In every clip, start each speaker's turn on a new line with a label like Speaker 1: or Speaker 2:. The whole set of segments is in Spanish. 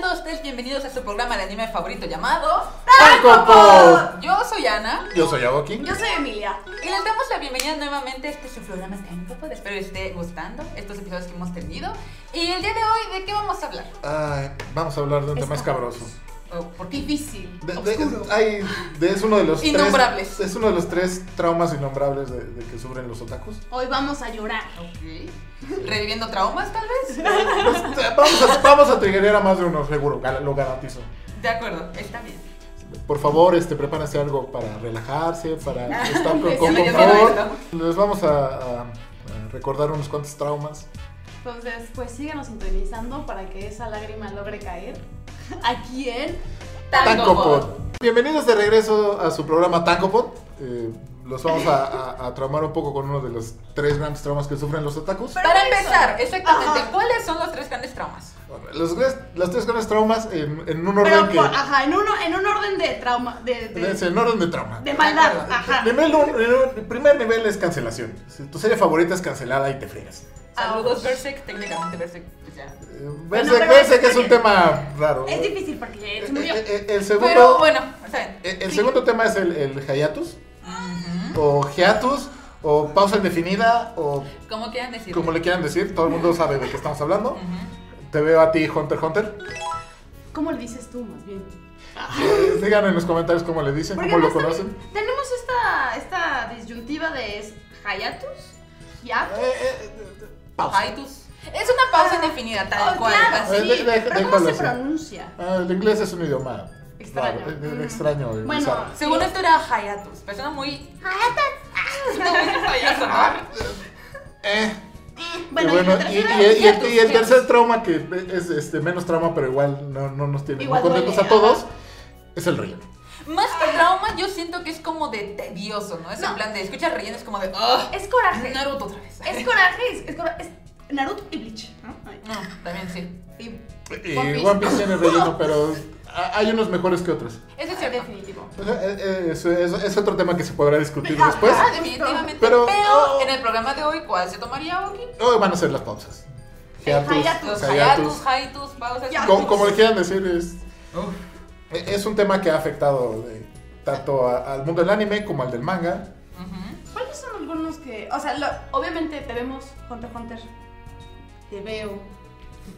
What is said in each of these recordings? Speaker 1: todos bienvenidos a su programa de anime favorito llamado
Speaker 2: Taco Pop.
Speaker 1: Yo soy Ana
Speaker 2: Yo soy Aoki.
Speaker 3: Yo soy Emilia.
Speaker 1: y les damos la bienvenida nuevamente a este su programa de anime Pop. Espero les esté gustando estos episodios que hemos tenido. Y el día de hoy, ¿de qué vamos a hablar?
Speaker 2: Ay, vamos a hablar de un tema escabroso.
Speaker 1: ¿O por qué?
Speaker 3: Difícil.
Speaker 2: De, de-
Speaker 3: oscuro.
Speaker 2: ay, de- es uno de los
Speaker 1: Innombrables.
Speaker 2: tres. Es uno de los tres traumas innombrables de, de que sufren los otakus.
Speaker 3: Hoy vamos a llorar.
Speaker 1: Ok. ¿Reviviendo traumas tal vez?
Speaker 2: Pues, vamos a, vamos a triggerear a más de uno, seguro, gar- lo garantizo.
Speaker 1: De acuerdo, está bien.
Speaker 2: Por favor, este, prepárense algo para relajarse, para estar con,
Speaker 3: Ya
Speaker 2: con
Speaker 3: me dio
Speaker 2: confort.
Speaker 1: miedo
Speaker 2: Les vamos a, a- a recordar unos cuantos traumas.
Speaker 3: Entonces, pues síganos sintonizando para que esa lágrima logre caer. Aquí en
Speaker 1: Tancopod.
Speaker 2: Tancopod. Bienvenidos de regreso a su programa Tancopod. Eh, los vamos a, a- a traumar un poco con uno de los tres grandes traumas que sufren los otakus.
Speaker 1: Para empezar, exactamente,
Speaker 3: Ajá.
Speaker 1: ¿cuáles son los tres grandes traumas?
Speaker 2: Los, gres- los tres grandes traumas en, en un orden
Speaker 3: Pero
Speaker 2: que...
Speaker 3: por- ah, ajá, en, uno, en un orden de trauma, de, de,
Speaker 2: es en orden de trauma.
Speaker 3: de maldad. Ajá.
Speaker 2: Nivel uno- el el primer nivel es cancelación. Si tu serie favorita es cancelada y te friegas.
Speaker 1: Saludos, Berserk, técnicamente Berserk, pues ya.
Speaker 2: Eh,
Speaker 3: Bueno,
Speaker 2: Berserk-
Speaker 3: pero
Speaker 2: Berserk
Speaker 3: es-
Speaker 2: es un tema raro.
Speaker 3: Es difícil porque es
Speaker 2: Eh,
Speaker 3: murió.
Speaker 2: eh, eh, el segundo,
Speaker 1: Pero bueno, está bien.
Speaker 2: eh, el segundo tema es el, el hiatus, o hiatus, o pausa indefinida, o
Speaker 1: ¿Cómo quieran decir?
Speaker 2: como le quieran decir. Todo el mundo sabe de qué estamos hablando.
Speaker 1: Ujú.
Speaker 2: Te veo a ti, Hunter x Hunter.
Speaker 3: ¿Cómo le dices tú más bien?
Speaker 2: Eh, Digan en los comentarios cómo le dicen, cómo lo
Speaker 3: además también
Speaker 2: conocen.
Speaker 3: Tenemos esta, esta disyuntiva de es- hiatus,
Speaker 2: Eh,
Speaker 3: hiatus.
Speaker 2: eh, eh, pausa.
Speaker 1: Hiatus. Es una pausa
Speaker 3: Ah.
Speaker 1: indefinida, tal
Speaker 3: Oh,
Speaker 1: cual.
Speaker 3: claro,
Speaker 1: así.
Speaker 2: Eh,
Speaker 3: sí,
Speaker 2: de- de-
Speaker 3: pero ¿cómo
Speaker 2: déjalo
Speaker 3: se
Speaker 2: así.
Speaker 3: pronuncia?
Speaker 2: Ah, el inglés es un idioma
Speaker 3: Extraño.
Speaker 2: raro, eh,
Speaker 3: Mm.
Speaker 2: extraño y
Speaker 3: Bueno.
Speaker 2: bizarro.
Speaker 1: Según esto era Hayatus, pero suena muy. Hayatus. payaso, ¿no?
Speaker 2: Eh,
Speaker 3: Bueno,
Speaker 2: y,
Speaker 3: y, la
Speaker 2: y,
Speaker 3: tercera
Speaker 2: y-
Speaker 3: es
Speaker 2: y- y
Speaker 3: hiatus,
Speaker 2: el
Speaker 3: hiatus.
Speaker 2: tercer trauma, que es este, menos trauma, pero igual no, no nos tiene muy
Speaker 3: Igual
Speaker 2: contentos
Speaker 3: duele,
Speaker 2: a todos, es el relleno.
Speaker 1: Más que trauma, yo siento que es como de tedioso, ¿no? Es en
Speaker 3: No.
Speaker 1: plan de escuchar relleno, es como de. ¡Ugh!
Speaker 3: Es coraje.
Speaker 1: Naruto otra vez.
Speaker 3: Es coraje, es, es coraje. Es Naruto y Bleach, ¿no? Ay.
Speaker 1: No, también sí.
Speaker 3: Y-
Speaker 2: Y
Speaker 3: One Piece.
Speaker 2: One Piece tiene relleno, pero a- hay unos mejores que otros.
Speaker 1: Eso es
Speaker 3: Ah,
Speaker 1: cierto.
Speaker 3: definitivo.
Speaker 2: O sea, eh, eh, es, es- es otro tema que se podrá discutir después.
Speaker 1: Ah, definitivamente. Pero,
Speaker 2: Pero- oh.
Speaker 1: en el programa de hoy, ¿cuál se tomaría Oki?
Speaker 2: Hoy van a ser las pausas. Hiatus,
Speaker 3: hiatus,
Speaker 1: Los
Speaker 2: hiatus.
Speaker 1: Hayatus, Hayatus, pausas.
Speaker 3: Ya.
Speaker 2: Como, como le quieran decir, es, e- es un tema que ha afectado eh, tanto a- al mundo del anime como al del manga.
Speaker 1: Ujú.
Speaker 3: ¿Cuáles son algunos que.? O sea, lo- obviamente te vemos, Hunter x Hunter. Te veo.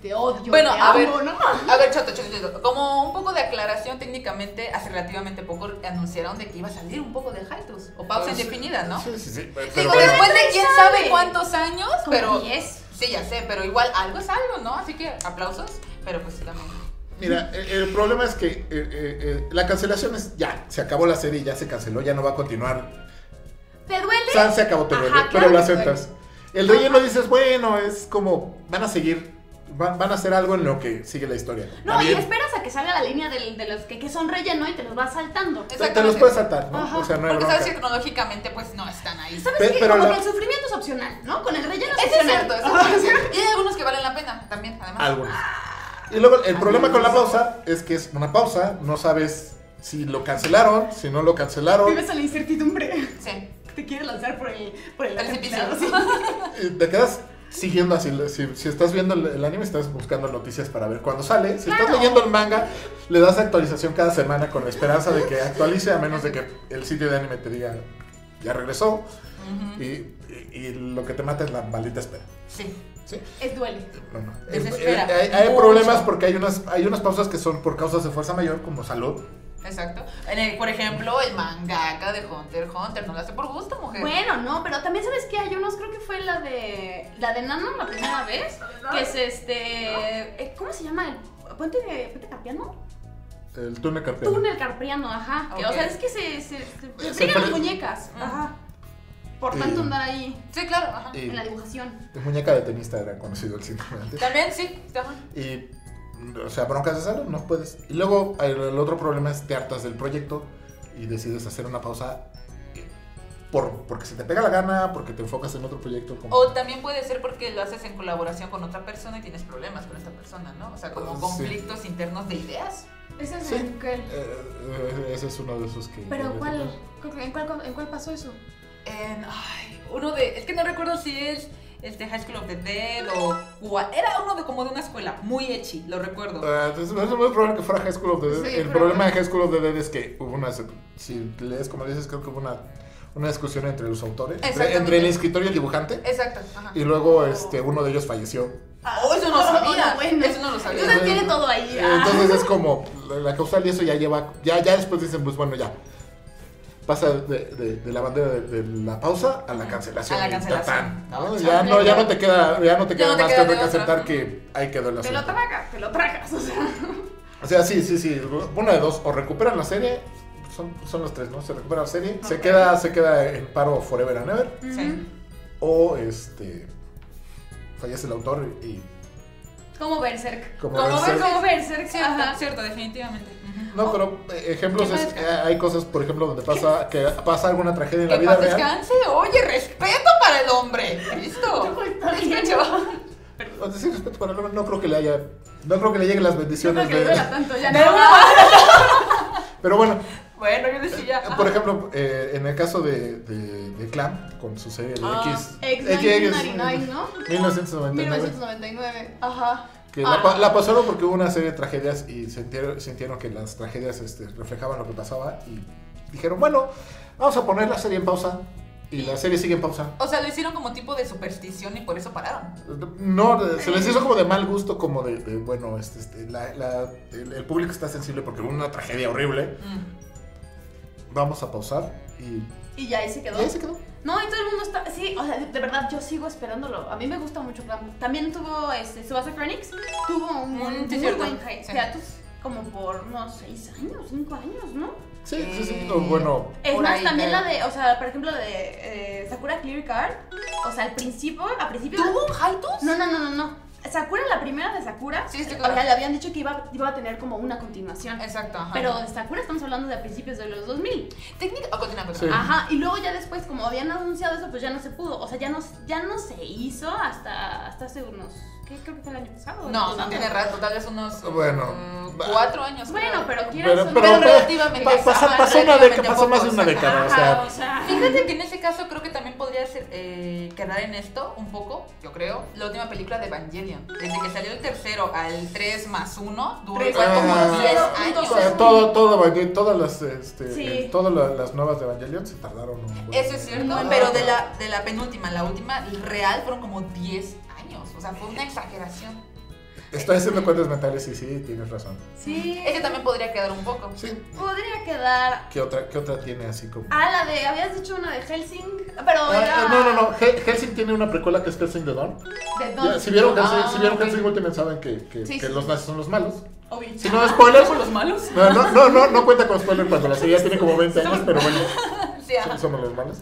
Speaker 3: Te odio.
Speaker 1: Bueno,
Speaker 3: te
Speaker 1: a
Speaker 3: amo,
Speaker 1: ver.
Speaker 3: ¿no?
Speaker 1: A ver, chato, chato, chato. Como un poco de aclaración, técnicamente, hace relativamente poco anunciaron de que iba a salir un poco de hiatus o pausa
Speaker 2: Ah, sí.
Speaker 1: indefinida, ¿no?
Speaker 2: Sí, sí, sí.
Speaker 1: Digo,
Speaker 2: bueno.
Speaker 1: después de quién
Speaker 3: sabe.
Speaker 1: sabe cuántos años,
Speaker 3: Como
Speaker 1: pero.
Speaker 3: 10.
Speaker 1: Sí, ya sé, pero igual algo es algo, ¿no? Así que aplausos, pero pues sí también.
Speaker 2: Mira, el, el problema es que eh, eh, eh, la cancelación es ya, se acabó la serie, ya se canceló, ya no va a continuar.
Speaker 3: ¿Te duele?
Speaker 2: San se acabó, te
Speaker 3: Ajá,
Speaker 2: duele,
Speaker 3: claro
Speaker 2: pero lo
Speaker 3: que duele.
Speaker 2: aceptas. El relleno dices, bueno, es como, van a seguir, van, van a hacer algo en lo que sigue la historia.
Speaker 3: No,
Speaker 2: Está
Speaker 3: y
Speaker 2: bien.
Speaker 3: esperas a que salga la línea del- de, los que, que son relleno y te los vas saltando.
Speaker 1: Es-
Speaker 2: Te- te los puedes saltar, ¿no?
Speaker 3: Ajá,
Speaker 2: O sea, no hay
Speaker 1: Porque
Speaker 2: bronca.
Speaker 1: sabes que cronológicamente, pues no están ahí.
Speaker 3: ¿Sabes
Speaker 2: Pe-
Speaker 3: qué?
Speaker 2: pero
Speaker 3: Como
Speaker 2: la-
Speaker 3: que el sufrimiento es opcional, ¿no? Con el relleno es
Speaker 1: Eso es
Speaker 3: opcional.
Speaker 1: cierto, eso es cierto. Y hay algunos que valen la pena también, además.
Speaker 2: Algunos. Y luego el problema con la pausa es que es una pausa, no sabes si lo cancelaron, si no lo cancelaron,
Speaker 3: Vives a la incertidumbre.
Speaker 1: Sí.
Speaker 3: Te quiere lanzar por el, por el
Speaker 1: Precipicio.
Speaker 3: acantilado, sí.
Speaker 2: y te quedas siguiendo así. Si, si estás viendo el, el anime, estás buscando noticias para ver cuándo sale. Si estás
Speaker 3: Claro.
Speaker 2: leyendo el manga, le das actualización cada semana con la esperanza de que actualice, a menos de que el sitio de anime te diga ya regresó.
Speaker 1: Ujú.
Speaker 2: Y, y- y lo que te mata es la maldita espera.
Speaker 1: Sí.
Speaker 2: ¿sí?
Speaker 3: Es duele.
Speaker 2: No, no. Eh,
Speaker 1: Desespera.
Speaker 2: eh, hay, hay
Speaker 1: Mucho.
Speaker 2: problemas porque hay unas, hay unas pausas que son por causas de fuerza mayor, como salud.
Speaker 1: Exacto. En el- por ejemplo, el mangaka de Hunter x Hunter no lo hace por gusto, mujer.
Speaker 3: Bueno, no, pero también sabes que hay unos, creo que fue la de la de Nano la primera vez, que es este, eh, ¿cómo se llama? el ¿Puente, puente carpiano?
Speaker 2: El túnel carpiano.
Speaker 3: Túnel carpiano, ajá. Que,
Speaker 1: Ok.
Speaker 3: O sea, es que se, se, se
Speaker 2: Se
Speaker 3: brillan las
Speaker 2: pare-
Speaker 3: muñecas,
Speaker 1: Ujú.
Speaker 3: ajá. Por
Speaker 2: Sí.
Speaker 3: tanto andar ahí
Speaker 1: Sí, claro. ajá.
Speaker 2: Y
Speaker 3: en la dibujación.
Speaker 2: de muñeca de tenista era conocido el síndrome antes.
Speaker 1: También sí. ajá.
Speaker 2: Y, o sea, broncas de salud, no puedes. Y luego el, el otro problema es te hartas del proyecto y decides hacer una pausa eh, por, porque se te pega la gana, porque te enfocas en otro proyecto. Como,
Speaker 1: O también puede ser porque lo haces en colaboración con otra persona y tienes problemas con esta persona, ¿no? O sea, como
Speaker 2: Sí.
Speaker 1: conflictos internos de ideas.
Speaker 3: Ese es
Speaker 2: Sí.
Speaker 3: en
Speaker 2: Eh,
Speaker 3: cuál.
Speaker 2: eh, ese es uno de esos que...
Speaker 3: Pero ¿cuál, en cuál en cuál pasó eso?
Speaker 1: En, ay, uno de. Es que no recuerdo si es este High School of the Dead o Gua- era uno de como de una escuela muy echi, lo recuerdo.
Speaker 2: Ah, Entonces, es muy probable que fuera High School of the Dead.
Speaker 3: Sí,
Speaker 2: el
Speaker 3: pero-
Speaker 2: problema de High School of the Dead es que hubo una. Si lees como dices, creo que hubo una, una discusión entre los autores, entre- entre el
Speaker 1: Exactamente.
Speaker 2: escritor y el dibujante.
Speaker 1: Exacto. Ajá.
Speaker 2: Y luego este, uno de ellos falleció.
Speaker 1: Oh, eso no sabía.
Speaker 3: No, Ah, bueno.
Speaker 1: Eso no lo sabía.
Speaker 3: Entonces tiene todo ahí. ah.
Speaker 2: Eh, Entonces es como la, la causal y eso ya lleva. Ya, ya después dicen, pues bueno, ya. Pasa de, de- de la bandera de, de la pausa a la cancelación.
Speaker 1: A la
Speaker 2: y
Speaker 1: cancelación.
Speaker 2: tatán, ¿no?
Speaker 1: No,
Speaker 2: ya,
Speaker 1: chale,
Speaker 2: no, ya
Speaker 1: ya.
Speaker 2: no te queda, ya no te
Speaker 1: Ya
Speaker 2: queda
Speaker 1: no te
Speaker 2: más
Speaker 1: queda
Speaker 2: que
Speaker 1: de otra.
Speaker 2: aceptar que ahí quedó el
Speaker 3: Te lo
Speaker 2: asunto.
Speaker 3: tragas, te lo tragas. O sea,
Speaker 2: O sea, sí, sí, sí. Una de dos. O recuperan la serie. Son, son los tres, ¿no? Se recupera la serie. Se,
Speaker 3: Ok.
Speaker 2: queda, se queda en paro Forever and Ever.
Speaker 1: Sí.
Speaker 2: O este. Fallece el autor y.
Speaker 3: como Berserk.
Speaker 2: Como
Speaker 3: como
Speaker 2: Berserk.
Speaker 3: Como Berserk,
Speaker 1: Cierto,
Speaker 3: ajá.
Speaker 1: cierto, definitivamente. Ujú.
Speaker 2: No, pero eh, ejemplos
Speaker 1: ¿Qué
Speaker 2: es,
Speaker 1: más?
Speaker 2: eh, hay cosas, por ejemplo, donde pasa que pasa alguna tragedia en la
Speaker 1: Que
Speaker 2: vida
Speaker 1: paz
Speaker 2: real.
Speaker 1: descanse. Oye, respeto para el hombre. Listo. Escucho.
Speaker 2: O sea, sí, respeto para el hombre, no creo que le haya, no creo que le lleguen las
Speaker 3: Yo creo
Speaker 2: bendiciones
Speaker 3: que no
Speaker 2: de-
Speaker 3: duela tanto ya.
Speaker 1: No.
Speaker 2: Pero bueno,
Speaker 1: Bueno, yo decía. ah.
Speaker 2: por ejemplo, eh, en el caso de, de, de Clamp con su serie de
Speaker 1: Ah,
Speaker 2: X,
Speaker 3: Ex
Speaker 2: X,
Speaker 3: 1999, ¿no?
Speaker 2: 1999.
Speaker 3: 1999, ajá.
Speaker 2: Que la, pa-
Speaker 3: Ah.
Speaker 2: la pasaron porque hubo una serie de tragedias y sintieron, sintieron que las tragedias este, reflejaban lo que pasaba y dijeron, bueno, vamos a poner la serie en pausa. Y la serie sigue en pausa.
Speaker 1: O sea, lo hicieron como tipo de superstición y por eso pararon.
Speaker 2: No, de- se les hizo como de mal gusto, como de, de, bueno, este, este, la- la- el, el público está sensible porque hubo una tragedia horrible.
Speaker 1: Mm.
Speaker 2: Vamos a pausar y,
Speaker 3: Y ya ahí se
Speaker 2: y
Speaker 3: quedó.
Speaker 2: ahí se quedó.
Speaker 3: No, y todo el mundo está. Sí, o sea, de, de verdad, yo sigo esperándolo. A mí me gusta mucho Clamp. También tuvo este, Subasa Phoenix. Tuvo un,
Speaker 1: Mm, sí,
Speaker 3: muy
Speaker 1: cierto.
Speaker 3: buen hi-
Speaker 1: Sí.
Speaker 3: hiatus. Como por unos 6 años, 5 años, ¿no?
Speaker 2: Sí, sí, sí,
Speaker 1: Eh,
Speaker 2: no, bueno.
Speaker 3: Es
Speaker 1: Por
Speaker 3: más,
Speaker 1: ahí,
Speaker 3: también
Speaker 1: creo.
Speaker 3: la de, o sea, por ejemplo, la de eh, Sakura Clear Card. O sea, al principio, a principio.
Speaker 1: ¿Tuvo un hiatus?
Speaker 3: No, no, no, no, no. Sakura, la primera de Sakura. eh,
Speaker 1: Sí, estoy
Speaker 3: o
Speaker 1: clara.
Speaker 3: sea, le habían dicho que iba, iba a tener como una continuación.
Speaker 1: Exacto, ajá.
Speaker 3: Pero de Sakura estamos hablando de principios de los 2000.
Speaker 1: Técnica. Oh, continúa, continúa.
Speaker 2: Sí.
Speaker 3: Ajá, y luego ya después, como habían anunciado eso, pues ya no se pudo. O sea, ya no, ya no se hizo hasta, hasta hace unos. ¿Qué creo que fue el año pasado?
Speaker 1: No, pues,
Speaker 3: Entonces,
Speaker 1: no tiene rato, tal vez unos
Speaker 2: Ah, Bueno,
Speaker 1: mm,
Speaker 2: va.
Speaker 1: cuatro años.
Speaker 3: Bueno,
Speaker 1: creo.
Speaker 3: pero quieras.
Speaker 2: Pero,
Speaker 3: o no-
Speaker 2: pero-
Speaker 1: pero relativamente,
Speaker 2: pa- pasa-
Speaker 1: ajá,
Speaker 2: pasó una
Speaker 1: relativamente
Speaker 2: década, pasó más de una
Speaker 1: poco,
Speaker 2: década. O
Speaker 3: Ajá,
Speaker 2: sea,
Speaker 3: o sea.
Speaker 1: Fíjate que en ese caso creo que también podría ser, eh, quedar en esto un poco, yo creo, la última película de Evangelion. Desde que salió el tercero al 3 más 1, duró
Speaker 3: Tres,
Speaker 1: igual como
Speaker 2: ah,
Speaker 1: 10
Speaker 3: ah,
Speaker 1: años.
Speaker 2: o sea, todo, todo, Evangel- todas las, este,
Speaker 3: Sí.
Speaker 2: eh, todas la- las nuevas de Evangelion se tardaron. un buen-
Speaker 1: Eso es cierto,
Speaker 3: No,
Speaker 1: pero de la, de la penúltima, la última real fueron como 10 años. O sea, fue una exageración.
Speaker 2: Estoy haciendo cuentas mentales y sí, tienes razón.
Speaker 3: Sí.
Speaker 1: Ese también podría quedar un poco.
Speaker 2: Sí.
Speaker 3: Podría quedar.
Speaker 2: ¿Qué otra, qué otra tiene así como?
Speaker 3: Ah, la de. Habías dicho una de Helsing. Pero
Speaker 2: Ah,
Speaker 3: era.
Speaker 1: eh,
Speaker 2: no, no, no. Hel- Helsing tiene una precuela que es Helsing de Dawn.
Speaker 3: De
Speaker 2: Ya,
Speaker 3: Don.
Speaker 2: si vieron Helsing,
Speaker 1: Ah,
Speaker 2: si vieron
Speaker 1: ok.
Speaker 2: Helsing Ultimate saben que, que-
Speaker 1: Sí,
Speaker 2: que
Speaker 1: sí.
Speaker 2: los nazis son los malos.
Speaker 1: Obvio.
Speaker 2: Si no, spoilers.
Speaker 1: los malos?
Speaker 2: No, no, no, no, no cuenta con spoiler cuando la serie ya tiene como 20 años, pero bueno,
Speaker 1: Sí, ajá.
Speaker 2: so- somos los malos.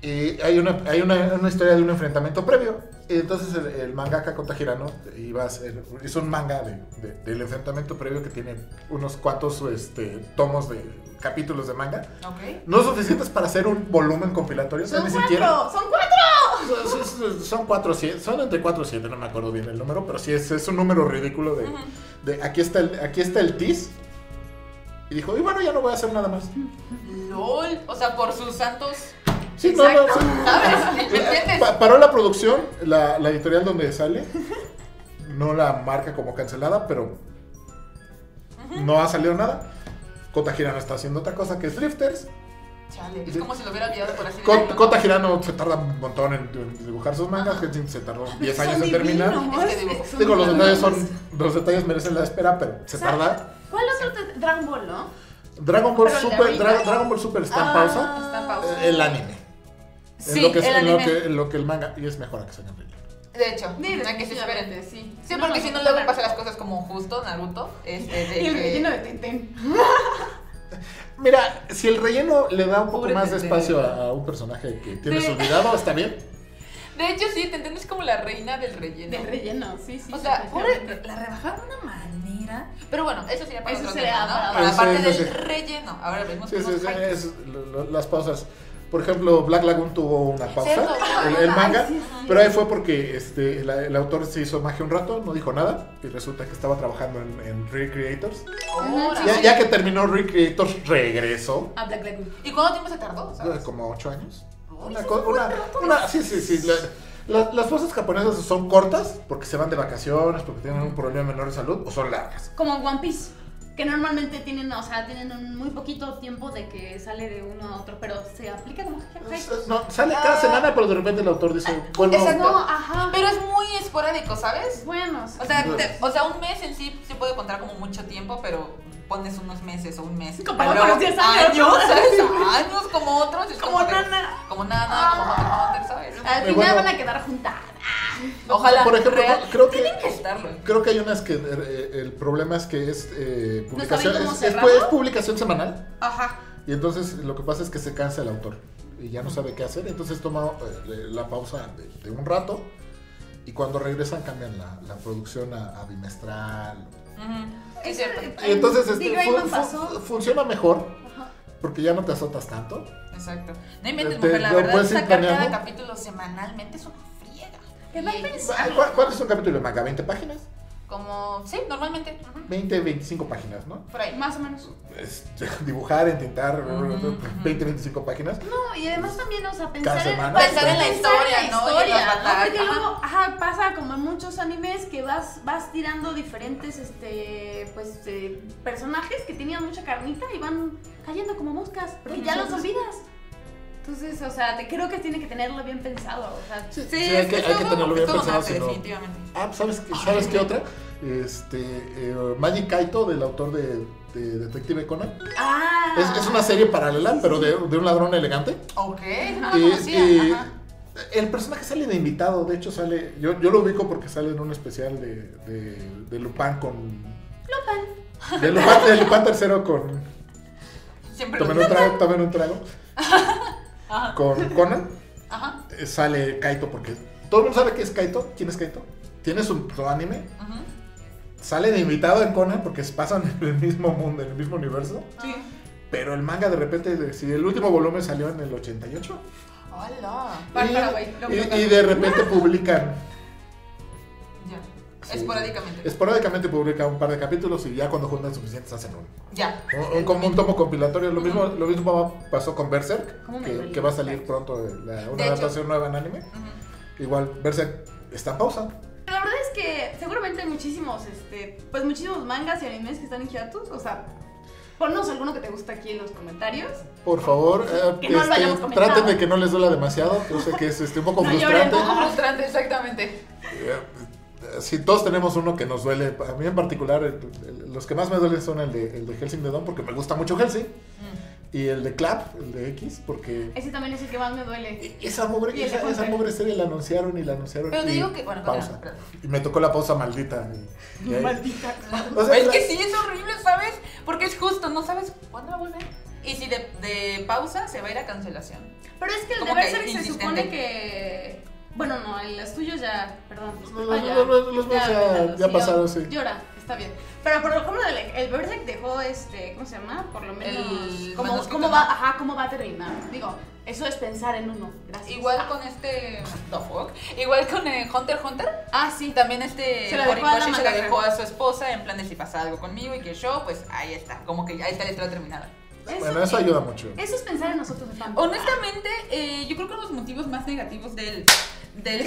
Speaker 2: Y hay una, hay una, una historia de un enfrentamiento previo. Y entonces el, el mangaka Kota Hirano iba a hacer, hizo un manga de- de- del enfrentamiento previo que tiene unos cuantos este, tomos de capítulos de manga.
Speaker 1: Ok.
Speaker 2: No suficientes para hacer un volumen compilatorio. o sea,
Speaker 3: Son
Speaker 2: ni
Speaker 3: cuatro.
Speaker 2: siquiera.
Speaker 3: Son cuatro.
Speaker 2: Son- son- Son son cuatro, siete, son entre 4 y 7, no me acuerdo bien el número, pero sí es, es un número ridículo de, de aquí está el, aquí está el TIS. Y dijo, y bueno, ya no voy a hacer nada más.
Speaker 1: LOL. O sea, por sus santos.
Speaker 2: Sí, no, no,
Speaker 1: Exacto,
Speaker 2: sí.
Speaker 1: ¿sabes? ¿Me entiendes?
Speaker 2: Pa- paró la producción, la, la editorial donde sale, no la marca como cancelada, pero no ha salido nada. Kota Girano está haciendo otra cosa que es Drifters.
Speaker 1: Chale, es como si lo hubiera olvidado por así
Speaker 2: Kot-
Speaker 1: decirlo.
Speaker 2: Kota Girano se tarda un montón en, en dibujar sus mangas, Henshin se tardó 10 años en terminar.
Speaker 1: Es que digo,
Speaker 3: son
Speaker 2: Digo, los
Speaker 3: divinos.
Speaker 2: detalles son. Los detalles merecen la espera, pero se
Speaker 3: ¿Sabes?
Speaker 2: tarda.
Speaker 3: ¿Cuál otro te- Dragon Ball, no?
Speaker 2: Dragon Ball
Speaker 3: Pero el de
Speaker 2: Super.
Speaker 3: ahorita.
Speaker 2: Dra- Dragon Ball Super está en pausa.
Speaker 1: Ah, Está en
Speaker 2: eh,
Speaker 1: pausa.
Speaker 2: El anime.
Speaker 1: Sí,
Speaker 2: en lo que, es-
Speaker 1: el
Speaker 2: en lo
Speaker 1: anime.
Speaker 2: que- en lo que el manga. Y es mejor a que se hagan relleno.
Speaker 1: De hecho, hay que se esperen.
Speaker 3: sí.
Speaker 1: Sí, porque si no, luego pasan las cosas como justo Naruto. Este, de
Speaker 3: Y el
Speaker 1: que-
Speaker 3: relleno de Tenten.
Speaker 2: Mira, si el relleno le da un poco
Speaker 1: Pobre
Speaker 2: más de
Speaker 1: Tete.
Speaker 2: espacio a, a un personaje que tienes
Speaker 1: Sí.
Speaker 2: olvidado, está bien.
Speaker 1: De hecho, sí, te entiendes como la reina del relleno.
Speaker 3: Del relleno, sí, sí.
Speaker 1: O sea, e- pobre,
Speaker 3: definitivamente.
Speaker 1: la rebajaron de una manera. Pero bueno, eso sería para
Speaker 3: Eso
Speaker 1: otro
Speaker 3: sería
Speaker 1: tema, ¿no?
Speaker 3: para
Speaker 1: Para la
Speaker 2: otro.
Speaker 1: parte
Speaker 2: Sí,
Speaker 1: del
Speaker 2: sí, sí.
Speaker 1: relleno. Ahora vemos
Speaker 2: Sí,
Speaker 1: cómo
Speaker 2: sí, sí, es- lo- lo- las pausas. Por ejemplo, Black Lagoon tuvo una pausa.
Speaker 1: Cierto.
Speaker 2: El, el manga.
Speaker 3: Ay, sí, sí.
Speaker 2: Pero ahí fue porque este, el, el autor se hizo magia un rato, no dijo nada. Y resulta que estaba trabajando en, en Recreators.
Speaker 1: Ahora.
Speaker 2: Ya, ya que terminó Recreators, regresó.
Speaker 3: A Black Lagoon.
Speaker 1: ¿Y cuánto tiempo se tardó?
Speaker 2: Dura
Speaker 1: sabes?
Speaker 2: Como ocho años.
Speaker 1: Ay,
Speaker 2: Una,
Speaker 1: sí,
Speaker 2: co- una, una- sí, sí, sí. la- La- las pausas japonesas son cortas porque se van de vacaciones, porque tienen un problema menor de salud, o son largas.
Speaker 3: Como en One Piece. Que normalmente tienen, o sea, tienen un muy poquito tiempo de que sale de uno a otro, pero se aplica como
Speaker 2: Es-
Speaker 3: jefe.
Speaker 2: es- No, sale cada
Speaker 1: Ah.
Speaker 2: semana, pero de repente el autor dice, bueno,
Speaker 1: Exacto.
Speaker 3: No, ajá.
Speaker 1: Pero es muy esporádico, ¿sabes?
Speaker 3: bueno, o sea,
Speaker 1: O sea, te- o sea, un mes en sí se puede contar como mucho tiempo, pero pones unos meses o un mes.
Speaker 3: Comparado
Speaker 1: Pero
Speaker 3: con los 10 años, ¿no?
Speaker 1: ¿sabes? Años como otros. es
Speaker 3: como Ah.
Speaker 1: que-
Speaker 3: nana.
Speaker 1: Como nada, como Hunter, ¿sabes?
Speaker 2: Pero
Speaker 3: Al final
Speaker 2: Eh, bueno.
Speaker 3: van a quedar juntadas.
Speaker 1: Ojalá.
Speaker 2: por ejemplo,
Speaker 1: real-
Speaker 2: creo que...
Speaker 1: tienen que estarlo.
Speaker 2: Creo que hay unas que eh, el problema es que es eh, publicación,
Speaker 3: saben cómo
Speaker 2: es, es-
Speaker 3: cerrarlo?
Speaker 2: es publicación semanal
Speaker 3: Ajá.
Speaker 2: y entonces lo que pasa es que se cansa el autor y ya no sabe qué hacer, entonces toma eh, le- la pausa de, de un rato y cuando regresan cambian la, la producción a, a bimestral.
Speaker 1: Ujú, sí, Es
Speaker 3: Es
Speaker 1: cierto.
Speaker 2: Y entonces
Speaker 3: The
Speaker 2: este,
Speaker 3: Great
Speaker 2: fun-
Speaker 3: Man
Speaker 2: fun-
Speaker 3: pasó.
Speaker 2: funciona mejor
Speaker 3: Ajá.
Speaker 2: porque ya no te azotas tanto.
Speaker 1: Exacto. No inventes,
Speaker 2: Te-
Speaker 1: mujer, la
Speaker 2: lo
Speaker 1: verdad,
Speaker 2: Este, puedes ir
Speaker 1: sacar cada
Speaker 2: planeando.
Speaker 1: capítulo semanalmente es una friega.
Speaker 3: Te va
Speaker 1: Y-
Speaker 2: Ay, ¿cu- ¿Cuánto Ah, es un capítulo de manga? ¿20 páginas?
Speaker 1: Como, sí, normalmente. ujú,
Speaker 2: 20, 25 páginas, ¿no?
Speaker 1: Por ahí.
Speaker 3: Más o menos.
Speaker 2: Es dibujar, intentar,
Speaker 1: Ujú,
Speaker 2: 20, 25 páginas.
Speaker 3: No, y además también, o sea, pensar
Speaker 2: Cada
Speaker 3: en,
Speaker 2: semana.
Speaker 1: Pensar en la
Speaker 3: pensar
Speaker 1: historia,
Speaker 3: en
Speaker 1: ¿no? Y en
Speaker 3: la historia,
Speaker 1: las
Speaker 3: ¿no? Porque
Speaker 1: batallas.
Speaker 3: luego, ajá, pasa como en muchos animes que vas, vas tirando diferentes, este, pues, eh, personajes que tenían mucha carnita y van cayendo como moscas, porque ya los olvidas. Entonces, o sea, te, creo que tiene que tenerlo bien pensado, o sea,
Speaker 1: Sí,
Speaker 2: hay
Speaker 1: es
Speaker 2: que- hay que
Speaker 1: todo-
Speaker 2: tenerlo bien
Speaker 1: todo un
Speaker 2: pensado,
Speaker 1: arte,
Speaker 2: si no-
Speaker 1: definitivamente.
Speaker 2: Ah, ¿sabes, qué- ¿sabes qué otra? Este, eh, Magic Kaito, del autor de, de Detective Conan.
Speaker 3: ah,
Speaker 2: Es, es una serie paralela, pero de, de un ladrón elegante.
Speaker 1: Ok, Ah, no
Speaker 2: Y-
Speaker 1: lo
Speaker 2: y
Speaker 1: conocía. ajá.
Speaker 2: el personaje sale de invitado, de hecho sale, yo, yo lo ubico porque sale en un especial de, de, de Lupin con... Lupin. De Lupin, de Lupin tercero con...
Speaker 1: Siempre lo
Speaker 2: Tomen un trago, tomen un trago.
Speaker 1: Ajá,
Speaker 2: Con Conan.
Speaker 1: ajá.
Speaker 2: eh, Sale Kaito porque... Todo el mundo sabe que es Kaito. ¿Quién es Kaito? Tiene su, su anime.
Speaker 1: ujú.
Speaker 2: Sale de invitado en Conan porque pasan en el mismo mundo, en el mismo universo.
Speaker 1: Sí.
Speaker 2: Pero el manga de repente, si el último volumen salió en el 88.
Speaker 1: Hola.
Speaker 3: Bárbara,
Speaker 2: y-
Speaker 3: güey, lo
Speaker 2: y,
Speaker 3: bloqueo.
Speaker 2: y de repente publican.
Speaker 1: Ya.
Speaker 2: Sí.
Speaker 1: Esporádicamente.
Speaker 2: Esporádicamente publican un par de capítulos y ya cuando juntan suficientes hacen un,
Speaker 1: Ya.
Speaker 2: un, un como un tomo compilatorio. Lo mismo, lo mismo pasó con Berserk,
Speaker 3: ¿Cómo me
Speaker 2: que,
Speaker 3: duele?
Speaker 2: que va a salir pronto de la-
Speaker 1: De
Speaker 2: una
Speaker 1: hecho.
Speaker 2: adaptación nueva en anime.
Speaker 1: ujú.
Speaker 2: Igual, Berserk está en pausa.
Speaker 3: La verdad es que seguramente hay muchísimos, este, pues muchísimos mangas y animes que están en hiatus, o sea, ponnos alguno que te gusta aquí en los comentarios.
Speaker 2: Por favor, eh,
Speaker 3: Que no lo
Speaker 2: este,
Speaker 3: hayamos comentado.
Speaker 2: traten de que no les duela demasiado. Yo sé que es este, un poco
Speaker 3: No lloren,
Speaker 2: frustrante.
Speaker 1: Un poco frustrante, exactamente.
Speaker 2: Si todos tenemos uno que nos duele, a mí en particular, el- el- los que más me duelen son el de, el de Helsing de Don, porque me gusta mucho Helsing,
Speaker 1: Mm.
Speaker 2: y el de Clap, el de X, porque
Speaker 3: Ese también es el que más me duele.
Speaker 2: e- esa pobre,
Speaker 3: Y el de
Speaker 2: esa, esa
Speaker 3: Hunter.
Speaker 2: pobre serie la anunciaron y la anunciaron.
Speaker 1: Pero te
Speaker 2: y
Speaker 1: digo que- bueno, perdón,
Speaker 2: pausa.
Speaker 1: perdón.
Speaker 2: Y me tocó la pausa maldita. y- y ahí-
Speaker 3: Maldita.
Speaker 2: O sea,
Speaker 1: es que
Speaker 2: la-
Speaker 1: sí, es horrible, ¿sabes? Porque es justo, no sabes cuándo va a volver. Y si de, de pausa se va a ir a cancelación.
Speaker 3: Pero es que el de
Speaker 1: Como que
Speaker 3: Berserk se
Speaker 1: insistente.
Speaker 3: supone que. Bueno, no, en los tuyos ya. Perdón. disculpa,
Speaker 2: No, no,
Speaker 3: ya-
Speaker 2: no, no, los míos ya-
Speaker 3: olvídalo,
Speaker 2: ya pasaron, sí.
Speaker 3: Llora, está bien. Pero por lo como el, el Berserk dejó este. ¿Cómo se llama? Por lo menos.
Speaker 1: El
Speaker 3: ¿cómo,
Speaker 1: manuscrito,
Speaker 3: cómo
Speaker 1: ¿no?
Speaker 3: va, ajá, ¿Cómo va a terminar? Digo, eso es pensar en uno. Gracias. Ah,
Speaker 1: Igual con este. The fuck. Igual con eh, Hunter x Hunter.
Speaker 3: Ah, sí.
Speaker 1: Y también este
Speaker 3: Se la dejó a la
Speaker 1: Horikoshi se la
Speaker 3: mangaka.
Speaker 1: dejó a su esposa en plan de si pasa algo conmigo y que yo, pues ahí está, como que ahí está la historia terminada.
Speaker 2: Bueno, eso ayuda mucho.
Speaker 3: Eso es pensar en nosotros, de fan.
Speaker 1: Honestamente, eh, yo creo que los motivos más negativos del del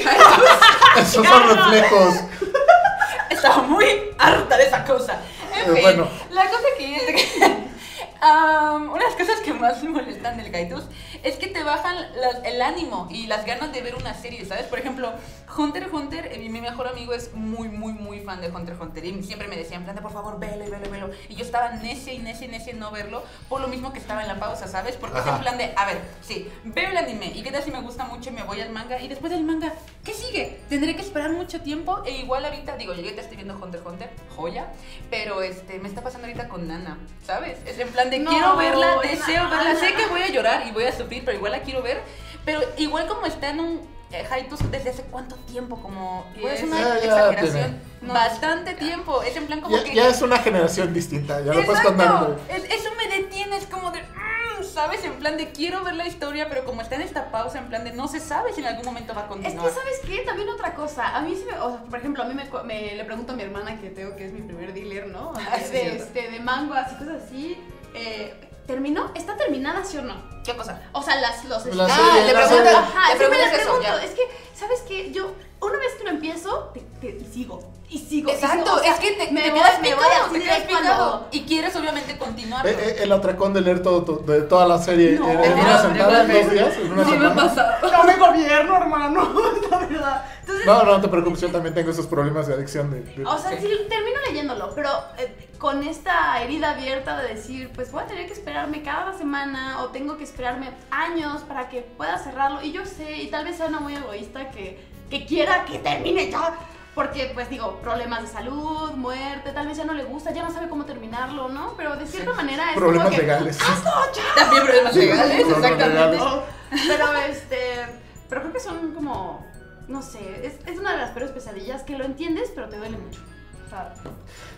Speaker 2: Esos son reflejos.
Speaker 1: estaba muy harta de esa cosa. En
Speaker 2: Eh,
Speaker 1: fin,
Speaker 2: bueno.
Speaker 1: la cosa que es de que am, una de las cosas que más me molestan del Gaitus es que te bajan las- el ánimo y las ganas de ver una serie, ¿sabes? Por ejemplo, Hunter x Hunter, eh, mi mi mejor amigo es muy, muy, muy fan de Hunter x Hunter y siempre me decía, en plan de, por favor, velo y velo y velo. Y yo estaba necia y necia y necia en no verlo por lo mismo que estaba en la pausa, ¿sabes? Porque es
Speaker 2: Ajá.
Speaker 1: en plan de, a ver, sí, veo el anime y qué tal si me gusta mucho y me voy al manga y después del manga, ¿qué sigue? Tendré que esperar mucho tiempo e igual ahorita, digo, yo ahorita estoy viendo Hunter x Hunter, joya, pero este, me está pasando ahorita con Nana, ¿sabes? Es en plan de
Speaker 3: No,
Speaker 1: quiero verla,
Speaker 3: Nana.
Speaker 1: deseo verla, sé que voy a llorar y voy a sufrir, pero igual la quiero ver, pero igual como está en un... eh, hiatus desde hace cuánto tiempo, como es
Speaker 3: Diez.
Speaker 1: una
Speaker 2: Ya, ya
Speaker 1: exageración,
Speaker 3: tiene.
Speaker 1: bastante tiempo, es en plan como
Speaker 2: Ya,
Speaker 1: que
Speaker 2: ya es una generación distinta, ya lo puedes
Speaker 1: Exacto.
Speaker 2: contar.
Speaker 1: Es- Eso me detiene, es como de, mm, ¿sabes? En plan de quiero ver la historia, pero como está en esta pausa, en plan de no se sabe si en algún momento va a
Speaker 3: Es
Speaker 1: continuar.
Speaker 3: que, ¿sabes qué? También otra cosa. A mí sí me. O sea, por ejemplo, a mí me, cu- me- le pregunto a mi hermana que tengo que es mi primer dealer, ¿no?
Speaker 1: Ah, sí,
Speaker 3: de,
Speaker 1: cierto.
Speaker 3: este, de mango, así, cosas así. eh, ¿Terminó? ¿Está terminada, sí o no?
Speaker 1: ¿Qué cosa?
Speaker 3: O sea, las, los...
Speaker 2: Las-
Speaker 3: Ah,
Speaker 1: Ah,
Speaker 2: serie,
Speaker 1: le
Speaker 2: la
Speaker 1: preguntan.
Speaker 2: serie.
Speaker 3: Ajá,
Speaker 1: le
Speaker 3: siempre
Speaker 1: preguntas
Speaker 3: les
Speaker 1: eso.
Speaker 3: pregunto.
Speaker 1: ya.
Speaker 3: Es que, ¿sabes qué? Yo, una vez que lo empiezo, te, te- y sigo. Y sigo. y
Speaker 1: Exacto,
Speaker 3: sigo, o sea,
Speaker 1: es que te,
Speaker 3: me
Speaker 1: te
Speaker 3: voy-
Speaker 1: quedas
Speaker 3: me voy
Speaker 1: picado,
Speaker 3: así
Speaker 1: te quedas
Speaker 3: directo al
Speaker 1: picado.
Speaker 3: lodo.
Speaker 1: Y quieres obviamente continuar.
Speaker 2: Eh, eh, el atracón de leer todo, todo- de toda la serie
Speaker 3: No.
Speaker 2: en- en una
Speaker 1: No,
Speaker 2: sentada, en
Speaker 1: no,
Speaker 2: dos días, en una
Speaker 1: Sí me ha
Speaker 2: semana.
Speaker 1: pasado.
Speaker 3: No me gobierno, hermano, la verdad. Entonces,
Speaker 2: No, no te preocupes, yo también tengo esos problemas de adicción. De, de-
Speaker 3: o sea,
Speaker 1: Sí.
Speaker 3: sí, termino leyéndolo, pero eh, con esta herida abierta de decir, pues voy a tener que esperarme cada semana o tengo que esperarme años para que pueda cerrarlo. Y yo sé, y tal vez sea una muy egoísta que, que quiera que termine ya. Porque, pues digo, problemas de salud, muerte, tal vez ya no le gusta, ya no sabe cómo terminarlo, ¿no? Pero de cierta manera es como
Speaker 2: problemas
Speaker 3: que, ¡Ah,
Speaker 2: legales.
Speaker 1: También problemas
Speaker 2: Sí,
Speaker 1: legales,
Speaker 2: problemas
Speaker 1: exactamente.
Speaker 2: legales.
Speaker 3: No, pero este. Pero creo que son como. No sé, es, es una de las peores pesadillas que lo entiendes, pero te duele mucho. O sea,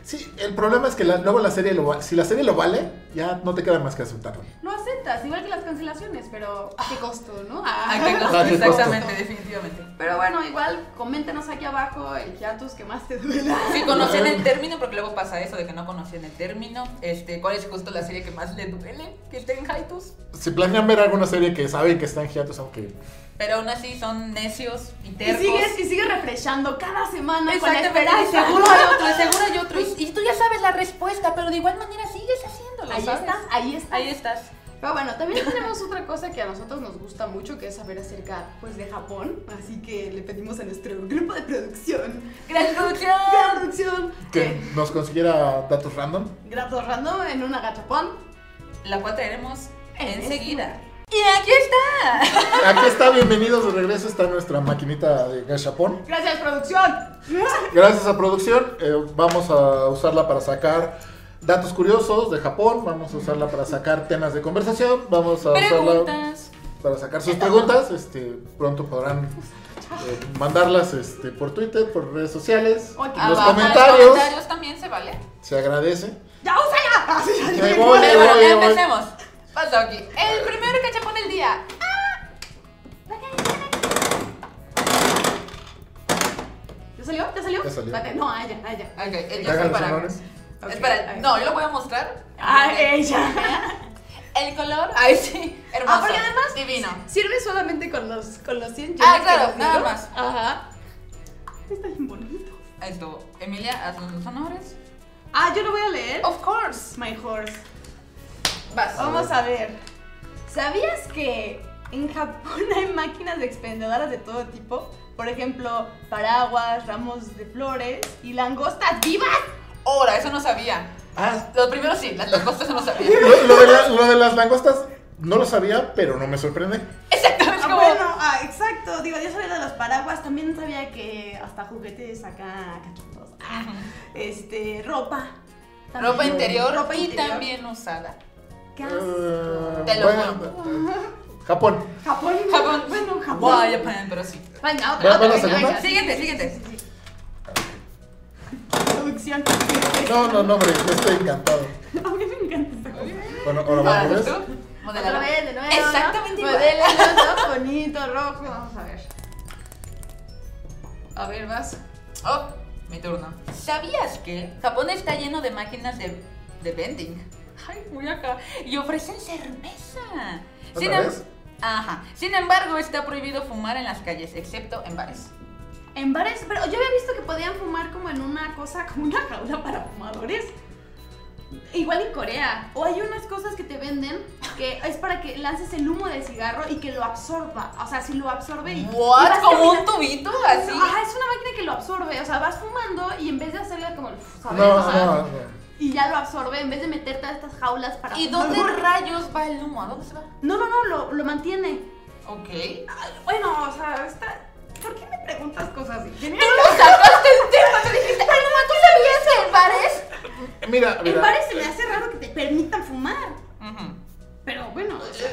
Speaker 2: Sí, el problema es que la- luego la serie lo va- si la serie lo vale, ya no te queda más que aceptarlo.
Speaker 3: lo aceptas, igual que las cancelaciones, pero a qué costo, ¿no?
Speaker 1: Ah, qué cosa,
Speaker 2: Ah, qué cosa.
Speaker 1: exactamente, definitivamente.
Speaker 3: Pero bueno, igual, coméntanos aquí abajo el hiatus que más te duela.
Speaker 1: Si conocían
Speaker 2: eh.
Speaker 1: el término, porque luego pasa eso de que no conocían el término. Este, ¿Cuál es justo la serie que más le duele que esté en hiatus?
Speaker 2: Si planean ver alguna serie que saben que está en hiatus, aunque
Speaker 1: Pero aún así son necios y
Speaker 3: Y
Speaker 1: tercos.
Speaker 3: sigues, y sigues refreshando cada semana con la
Speaker 1: Exactamente, y
Speaker 3: esperanza.
Speaker 1: seguro hay otro, y seguro hay otro. Y, y tú ya sabes la respuesta, pero de igual manera sigues haciéndolo.
Speaker 3: Ahí
Speaker 1: ¿sabes?
Speaker 3: estás, ahí estás.
Speaker 1: Ahí estás.
Speaker 3: Pero bueno, también tenemos otra cosa que a nosotros nos gusta mucho, que es saber acerca pues, de Japón. Así que le pedimos a nuestro grupo de producción,
Speaker 1: Gracias,
Speaker 3: de
Speaker 1: producción.
Speaker 3: producción,
Speaker 2: que nos consiguiera datos random.
Speaker 3: Gratos Random en una gachapón.
Speaker 1: La cual traeremos
Speaker 3: En
Speaker 1: enseguida. Y aquí está.
Speaker 2: Aquí está, bienvenidos de regreso, está nuestra maquinita de gachapón.
Speaker 3: Gracias, producción.
Speaker 2: Gracias a producción, eh, vamos a usarla para sacar datos curiosos de Japón, vamos a usarla para sacar temas de conversación, vamos a usarla
Speaker 1: Preguntas.
Speaker 2: para sacar sus preguntas. Este, pronto podrán eh, mandarlas este, por Twitter, por redes sociales,
Speaker 3: Ok. ah,
Speaker 2: en los
Speaker 1: Abajo en
Speaker 2: comentarios,
Speaker 1: Ah, comentarios también se vale.
Speaker 2: se agradece.
Speaker 3: ¡Ya, usa ya! Así, ya, ya,
Speaker 2: Ahí
Speaker 3: ya.
Speaker 2: voy,
Speaker 1: Vale,
Speaker 2: ahí
Speaker 1: bueno,
Speaker 2: voy, ahí voy.
Speaker 1: empecemos. Pasa aquí. El primer cachapón del día.
Speaker 3: ¿Ya salió? ¿Ya salió?
Speaker 2: Ya salió.
Speaker 3: Espérate, No, a ella, a ella.
Speaker 1: Ok, el
Speaker 2: Hagan
Speaker 1: yo
Speaker 2: los
Speaker 1: para.
Speaker 2: honores.
Speaker 3: Ok,
Speaker 1: Espera,
Speaker 3: ahí.
Speaker 1: no, yo Ah, lo voy a mostrar.
Speaker 3: ¡A ella!
Speaker 1: El color. Ay, sí. Ah, Hermoso.
Speaker 3: porque además-
Speaker 1: Divino.
Speaker 3: Sirve solamente con los, con los 100 yenes
Speaker 1: Ah,
Speaker 3: que
Speaker 1: claro,
Speaker 3: nos
Speaker 1: nada
Speaker 3: dieron.
Speaker 1: más.
Speaker 3: Ajá. Está bien bonito.
Speaker 1: Ahí estuvo. Emilia, haz los honores.
Speaker 3: Ah, yo lo voy a leer.
Speaker 1: Of course.
Speaker 3: My horse.
Speaker 1: Vas.
Speaker 3: Vamos a ver. ¿Sabías que en Japón hay máquinas de expendedoras de todo tipo? Por ejemplo, paraguas, ramos de flores y langostas vivas.
Speaker 1: Ahora, eso no sabía.
Speaker 2: Ah,
Speaker 1: Los primeros sí, las las cosas eso no sabía.
Speaker 2: lo, lo de la- lo de las langostas no lo sabía, pero no me sorprende.
Speaker 1: Exactamente.
Speaker 3: Ah,
Speaker 1: como-
Speaker 3: bueno, ah, exacto. Digo, yo sabía de los paraguas. También sabía que hasta juguetes acá, cachondos. Ah, este, ropa. También.
Speaker 1: Ropa interior
Speaker 3: Ropa
Speaker 1: y
Speaker 3: interior.
Speaker 1: también uh, usada.
Speaker 3: ¿Qué eh, haces?
Speaker 2: Eh,
Speaker 1: Te lo
Speaker 2: bueno, Japón.
Speaker 3: Japón.
Speaker 1: Japón.
Speaker 3: Bueno, Japón.
Speaker 1: Wow, Japan, pero sí.
Speaker 3: Venga,
Speaker 2: ¿Va- va
Speaker 3: otra.
Speaker 2: la
Speaker 3: otra, venga,
Speaker 2: segunda?
Speaker 3: venga.
Speaker 1: Siguiente, siguiente.
Speaker 3: Sí, sí, sí. Producción.
Speaker 2: No, no, no, hombre, yo estoy encantado.
Speaker 3: A mí me encanta esta cosa.
Speaker 2: Bueno, ahora
Speaker 1: Ahora,
Speaker 2: vamos
Speaker 1: ¿tú?
Speaker 2: a ver.
Speaker 1: Ah, Modelado.
Speaker 3: Otra vez, de nuevo.
Speaker 1: Exactamente
Speaker 3: ¿no?
Speaker 1: igual.
Speaker 3: Modelo, ¿no? bonito, rojo. Vamos a ver.
Speaker 1: A ver, vas. Oh, mi turno. ¿Sabías que Japón está lleno de máquinas de, de vending? Ay, muy acá. Y ofrecen cerveza.
Speaker 2: ¿Otra
Speaker 1: em-
Speaker 2: vez?
Speaker 1: Ajá. Sin embargo, está prohibido fumar en las calles, excepto en bares.
Speaker 3: En bares, pero yo había visto que podían fumar como en una cosa, como una jaula para fumadores. Igual en Corea. O hay unas cosas que te venden que es para que lances el humo del cigarro y que lo absorba. O sea, si lo absorbe y. y
Speaker 1: ¿What?
Speaker 3: vas
Speaker 1: ¿Como un
Speaker 3: caminando-
Speaker 1: tubito así?
Speaker 3: Ajá, es una máquina que lo absorbe. O sea, vas fumando y en vez de hacerle como.
Speaker 2: No,
Speaker 3: ¿sabes? O sea,
Speaker 2: no, no.
Speaker 3: Y ya lo absorbe en vez de meterte a estas jaulas para.
Speaker 1: ¿Y
Speaker 3: fumar.
Speaker 1: dónde rayos va el humo? ¿A dónde se va?
Speaker 3: No, no, no, lo, lo mantiene.
Speaker 1: Ok.
Speaker 3: Ay, Bueno, o sea, está. ¿Por qué me preguntas cosas así? Tenía-
Speaker 1: ¡Sacaste el tema! ¡Te dijiste! ¡Ay, no, tú sabías que en bares!
Speaker 2: Mira,
Speaker 3: En
Speaker 2: mira.
Speaker 3: bares se me hace raro que te permitan fumar. Pero bueno, o sea,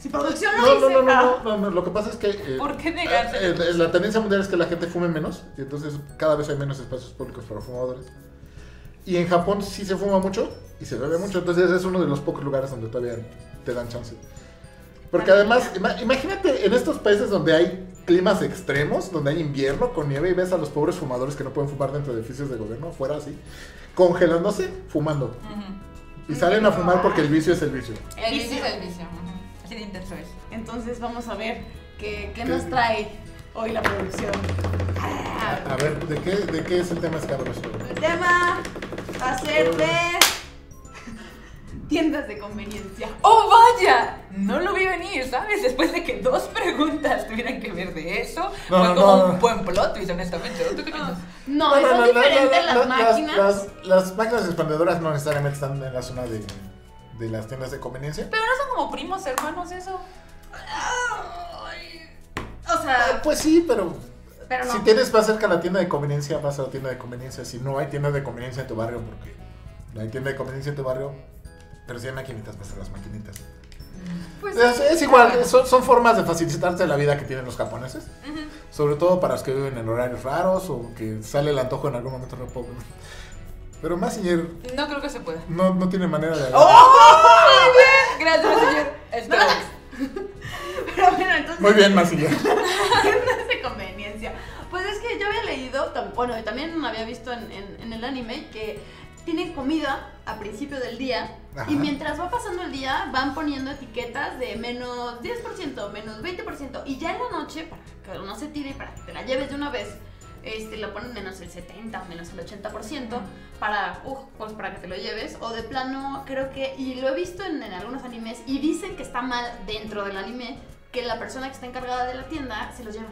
Speaker 3: si producción lo
Speaker 2: No, no,
Speaker 3: dice,
Speaker 2: no, no,
Speaker 3: ah,
Speaker 2: no, no, no, Lo que pasa es que. eh,
Speaker 1: ¿Por qué negarse?
Speaker 2: eh, eh, la tendencia mundial es que la gente fume menos, y entonces cada vez hay menos espacios públicos para fumadores. Y en Japón sí se fuma mucho y se bebe mucho, entonces es uno de los pocos lugares donde todavía te dan chance. Porque además, ima- imagínate en estos países donde hay climas extremos, donde hay invierno con nieve y ves a los pobres fumadores que no pueden fumar dentro de edificios de gobierno, afuera así, congelándose, fumando. Y salen a fumar porque el vicio es el vicio.
Speaker 1: El vicio
Speaker 3: Vicio.
Speaker 1: es el vicio. ajá. Así de intenso es.
Speaker 3: Entonces vamos a ver qué, qué
Speaker 2: ¿Qué?
Speaker 3: nos trae hoy la producción. Ah,
Speaker 2: A ver, ¿de qué, de qué es el tema escabroso?
Speaker 3: El tema va a ser de tiendas de conveniencia.
Speaker 1: ¡Oh, vaya! No lo vi venir, ¿sabes? Después de que dos preguntas tuvieran que ver de eso,
Speaker 2: No,
Speaker 1: fue
Speaker 2: no,
Speaker 1: como
Speaker 2: no,
Speaker 1: un
Speaker 2: no.
Speaker 1: buen plot twist, honestamente. ¿Tú qué piensas?
Speaker 3: No, son diferentes las máquinas.
Speaker 2: Las, las máquinas expendedoras no necesariamente están en la zona de, de las tiendas de conveniencia.
Speaker 1: Pero no son como primos, hermanos, eso.
Speaker 3: Ay, O sea,
Speaker 2: Pues sí, pero
Speaker 3: pero no.
Speaker 2: si tienes más cerca la tienda de conveniencia, vas a la tienda de conveniencia. Si no hay tienda de conveniencia en tu barrio, porque no hay tienda de conveniencia en tu barrio, pero si hay maquinitas, vas a las maquinitas.
Speaker 3: Pues,
Speaker 2: Es, es igual, son, son formas de facilitarse la vida que tienen los japoneses.
Speaker 1: Ujú.
Speaker 2: Sobre todo para los que viven en horarios raros o que sale el antojo en algún momento. No puedo. Pero más señor
Speaker 1: No creo que se pueda.
Speaker 2: no, no tiene manera de...
Speaker 3: ¡Oh!
Speaker 1: Gracias, señor. Espera.
Speaker 3: Pero bueno, entonces.
Speaker 2: Muy bien, Masilla.
Speaker 3: tiendas de conveniencia. Pues es que yo había leído, tam- bueno, y también había visto en, en- en el anime que tienen comida a principio del día
Speaker 2: Ajá.
Speaker 3: y mientras va pasando el día van poniendo etiquetas de menos 10%, menos 20% y ya en la noche, para que no se tire y para que te la lleves de una vez, este, lo ponen menos el 70 o menos el 80% para, uf, pues para que te lo lleves o de plano creo que, y lo he visto en, en algunos animes y dicen que está mal dentro del anime que la persona que está encargada de la tienda se los lleva.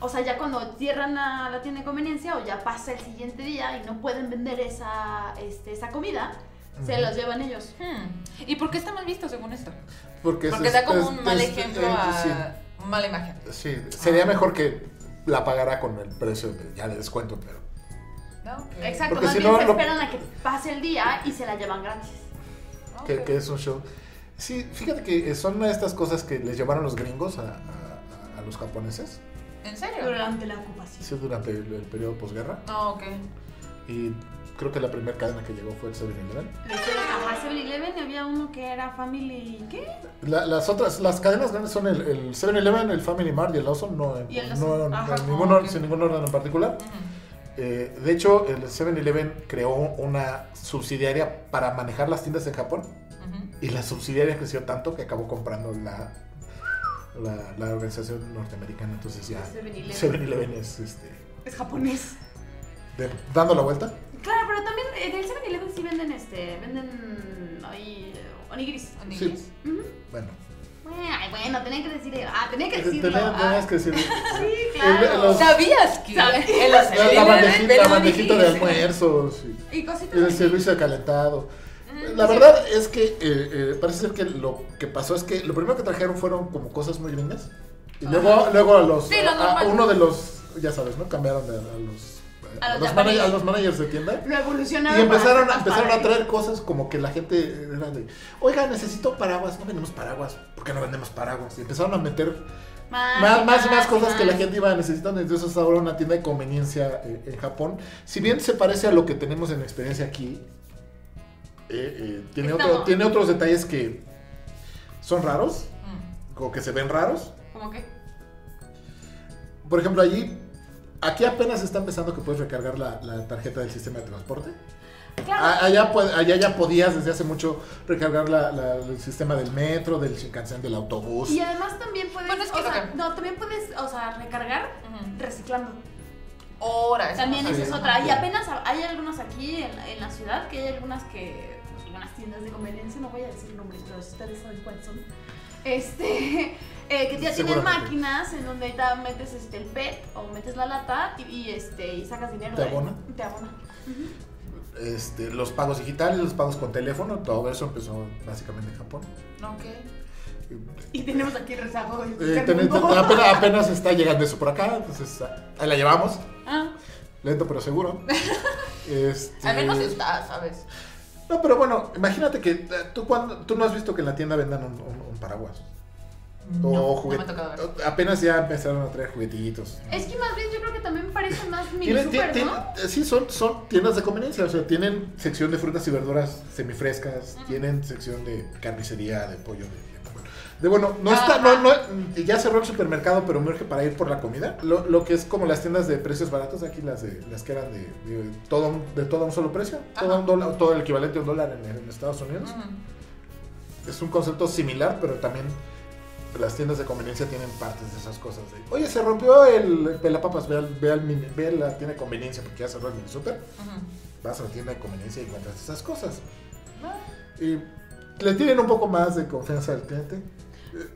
Speaker 3: O sea, ya cuando cierran a la tienda de conveniencia o ya pasa el siguiente día y no pueden vender esa, este, esa comida, se
Speaker 2: Ujú.
Speaker 3: los llevan ellos.
Speaker 1: Hmm. ¿Y por qué está mal visto según esto?
Speaker 2: Porque,
Speaker 1: Porque
Speaker 2: es-
Speaker 1: da como
Speaker 2: es-
Speaker 1: un mal
Speaker 2: es-
Speaker 1: ejemplo
Speaker 2: eh,
Speaker 1: a. Ah. Mala imagen.
Speaker 2: Sí, sí, sería mejor que la pagara con el precio de, ya de descuento, pero...
Speaker 1: ¿No?
Speaker 3: Exacto,
Speaker 2: Porque
Speaker 3: más
Speaker 2: si
Speaker 3: bien
Speaker 2: no,
Speaker 3: se
Speaker 2: lo-
Speaker 3: esperan a que pase el día y se la llevan gratis.
Speaker 1: Ok.
Speaker 2: que, que es un show. Sí, fíjate que eh, son una de estas cosas que les llevaron los gringos a, a- a los japoneses
Speaker 1: ¿En serio?
Speaker 3: Durante la ocupación.
Speaker 2: sí, durante el, el periodo posguerra.
Speaker 1: No, ok.
Speaker 2: Y creo que la primera cadena que llegó fue el 7-Eleven.
Speaker 3: Le hicieron a 7-Eleven y había uno que era Family... ¿Qué?
Speaker 2: La- las otras, las cadenas grandes son el, el 7-Eleven, el Family Mart y el Lawson, no, en-
Speaker 3: Y el Lawson,
Speaker 2: no en-
Speaker 3: ajá,
Speaker 2: en ningún or-
Speaker 1: ok.
Speaker 2: sin ningún orden en particular.
Speaker 1: Ujú.
Speaker 2: Eh, de hecho, el 7-Eleven creó una subsidiaria para manejar las tiendas en Japón
Speaker 1: Ujú.
Speaker 2: y la subsidiaria creció tanto que acabó comprando la, la, la organización norteamericana. Entonces ya
Speaker 3: 7-Eleven.
Speaker 2: 7-Eleven es este,
Speaker 3: Es japonés.
Speaker 2: de- dando la vuelta.
Speaker 3: Claro, pero también eh, en el 7-Eleven sí venden este... Venden... Ay, onigiris.
Speaker 1: ¿Onigiris?
Speaker 3: Ujú.
Speaker 2: Bueno,
Speaker 3: Ay, bueno, tenía que decir... Ah, tenía que
Speaker 2: Ten-
Speaker 3: decirlo.
Speaker 2: Eh, tenía- tenías
Speaker 3: ah.
Speaker 2: que decir.
Speaker 3: Sí,
Speaker 2: El-
Speaker 3: claro.
Speaker 2: los-
Speaker 1: ¿Sabías que
Speaker 3: Sabes.
Speaker 1: en los
Speaker 2: La, la bandejita, la
Speaker 1: Pero
Speaker 2: bandejita de
Speaker 1: dijiste.
Speaker 2: almuerzos. y-
Speaker 1: Y cositas
Speaker 2: El
Speaker 1: así.
Speaker 2: servicio de calentado.
Speaker 1: Mm,
Speaker 2: La
Speaker 1: sí.
Speaker 2: verdad es que eh, eh, parece ser que lo que pasó es que lo primero que trajeron fueron como cosas muy gringas. Y luego,
Speaker 1: Ajá.
Speaker 2: luego a los.
Speaker 1: Sí, lo
Speaker 2: a- a
Speaker 1: normal.
Speaker 2: uno de los. Ya sabes, ¿no? Cambiaron de, a los.
Speaker 3: A los
Speaker 2: mana-
Speaker 3: japoneses.
Speaker 2: a los managers de tienda.
Speaker 3: Lo evolucionaron.
Speaker 2: Y empezaron,
Speaker 3: para-
Speaker 2: empezaron
Speaker 3: para-
Speaker 2: a traer cosas como que la gente era de, oiga, necesito paraguas, no vendemos paraguas, ¿por qué no vendemos paraguas? Y empezaron a meter
Speaker 3: Más,
Speaker 2: más, más, y más cosas
Speaker 3: y
Speaker 2: que la
Speaker 3: más.
Speaker 2: gente iba necesitando. Entonces es ahora una tienda de conveniencia eh, en Japón. Si bien se parece a lo que tenemos en experiencia aquí, eh, eh, tiene,
Speaker 3: Está
Speaker 2: otro-
Speaker 3: mo-
Speaker 2: tiene otros detalles que son raros
Speaker 1: Mm.
Speaker 2: o que se ven raros.
Speaker 3: ¿Cómo qué?
Speaker 2: Por ejemplo, allí, aquí apenas está empezando que puedes recargar la, la tarjeta del sistema de transporte.
Speaker 3: Claro.
Speaker 2: A- Allá, pue- allá ya podías desde hace mucho recargar la- la- el sistema del metro, del Shinkansen, del autobús.
Speaker 3: Y además también puedes.
Speaker 1: Bueno, es que
Speaker 3: o sea,
Speaker 1: toca.
Speaker 3: no, también puedes, o sea, recargar
Speaker 1: Ujú.
Speaker 3: reciclando.
Speaker 1: Ahora, eso
Speaker 3: También
Speaker 1: no
Speaker 3: esa
Speaker 1: sabía.
Speaker 3: es otra. Y apenas a- hay algunas aquí en, en la ciudad que hay algunas que. pues, algunas tiendas de conveniencia, no voy a decir nombres, pero ustedes saben cuáles son. Este. eh, que ya tienen
Speaker 2: Seguramente.
Speaker 3: máquinas en donde ya metes este, el PET o metes la lata y, y, este, y sacas dinero.
Speaker 2: ¿Te
Speaker 3: de ahí.
Speaker 2: abona?
Speaker 3: Te abona.
Speaker 2: Este, los pagos digitales, los pagos con teléfono, todo eso empezó básicamente en Japón.
Speaker 1: No, ok.
Speaker 3: Y tenemos aquí rezago.
Speaker 2: Eh, ten- ten- apenas, apenas está llegando eso por acá, entonces ah, ahí la llevamos,
Speaker 1: Ah,
Speaker 2: lento pero seguro. Este,
Speaker 1: al menos está, ¿sabes?
Speaker 2: No, pero bueno, imagínate que eh, tú, cuando, tú no has visto que en la tienda vendan un, un- un paraguas. o
Speaker 1: no, no me ha
Speaker 2: juguetes.
Speaker 1: tocado ver. Eh,
Speaker 2: apenas ya empezaron a traer juguetillitos.
Speaker 3: Es que más bien yo creo que también parece más mini
Speaker 2: Tienen-
Speaker 3: super,
Speaker 2: tien-
Speaker 3: ¿no?
Speaker 2: tien- Sí, son, son tiendas de conveniencia, o sea, tienen sección de frutas y verduras semifrescas,
Speaker 1: Ujú.
Speaker 2: tienen sección de carnicería, de pollo, de, de- De bueno, no
Speaker 1: Ah,
Speaker 2: está,
Speaker 1: ajá.
Speaker 2: no, no, ya cerró el supermercado, pero me urge para ir por la comida. Lo, lo que es como las tiendas de precios baratos, aquí las de las que eran de, de todo, un- de todo a un solo precio, todo,
Speaker 1: Ajá.
Speaker 2: un dólar, todo el equivalente a un dólar en, en Estados Unidos. Es un concepto similar, pero también las tiendas de conveniencia tienen partes de esas cosas. de, Oye, se rompió el pelapapas, ve, al- ve, al mini- ve la tienda de conveniencia porque ya cerró el mini super. Vas a la tienda de conveniencia y encuentras esas cosas.
Speaker 1: Ah.
Speaker 2: Y le tienen un poco más de confianza al cliente.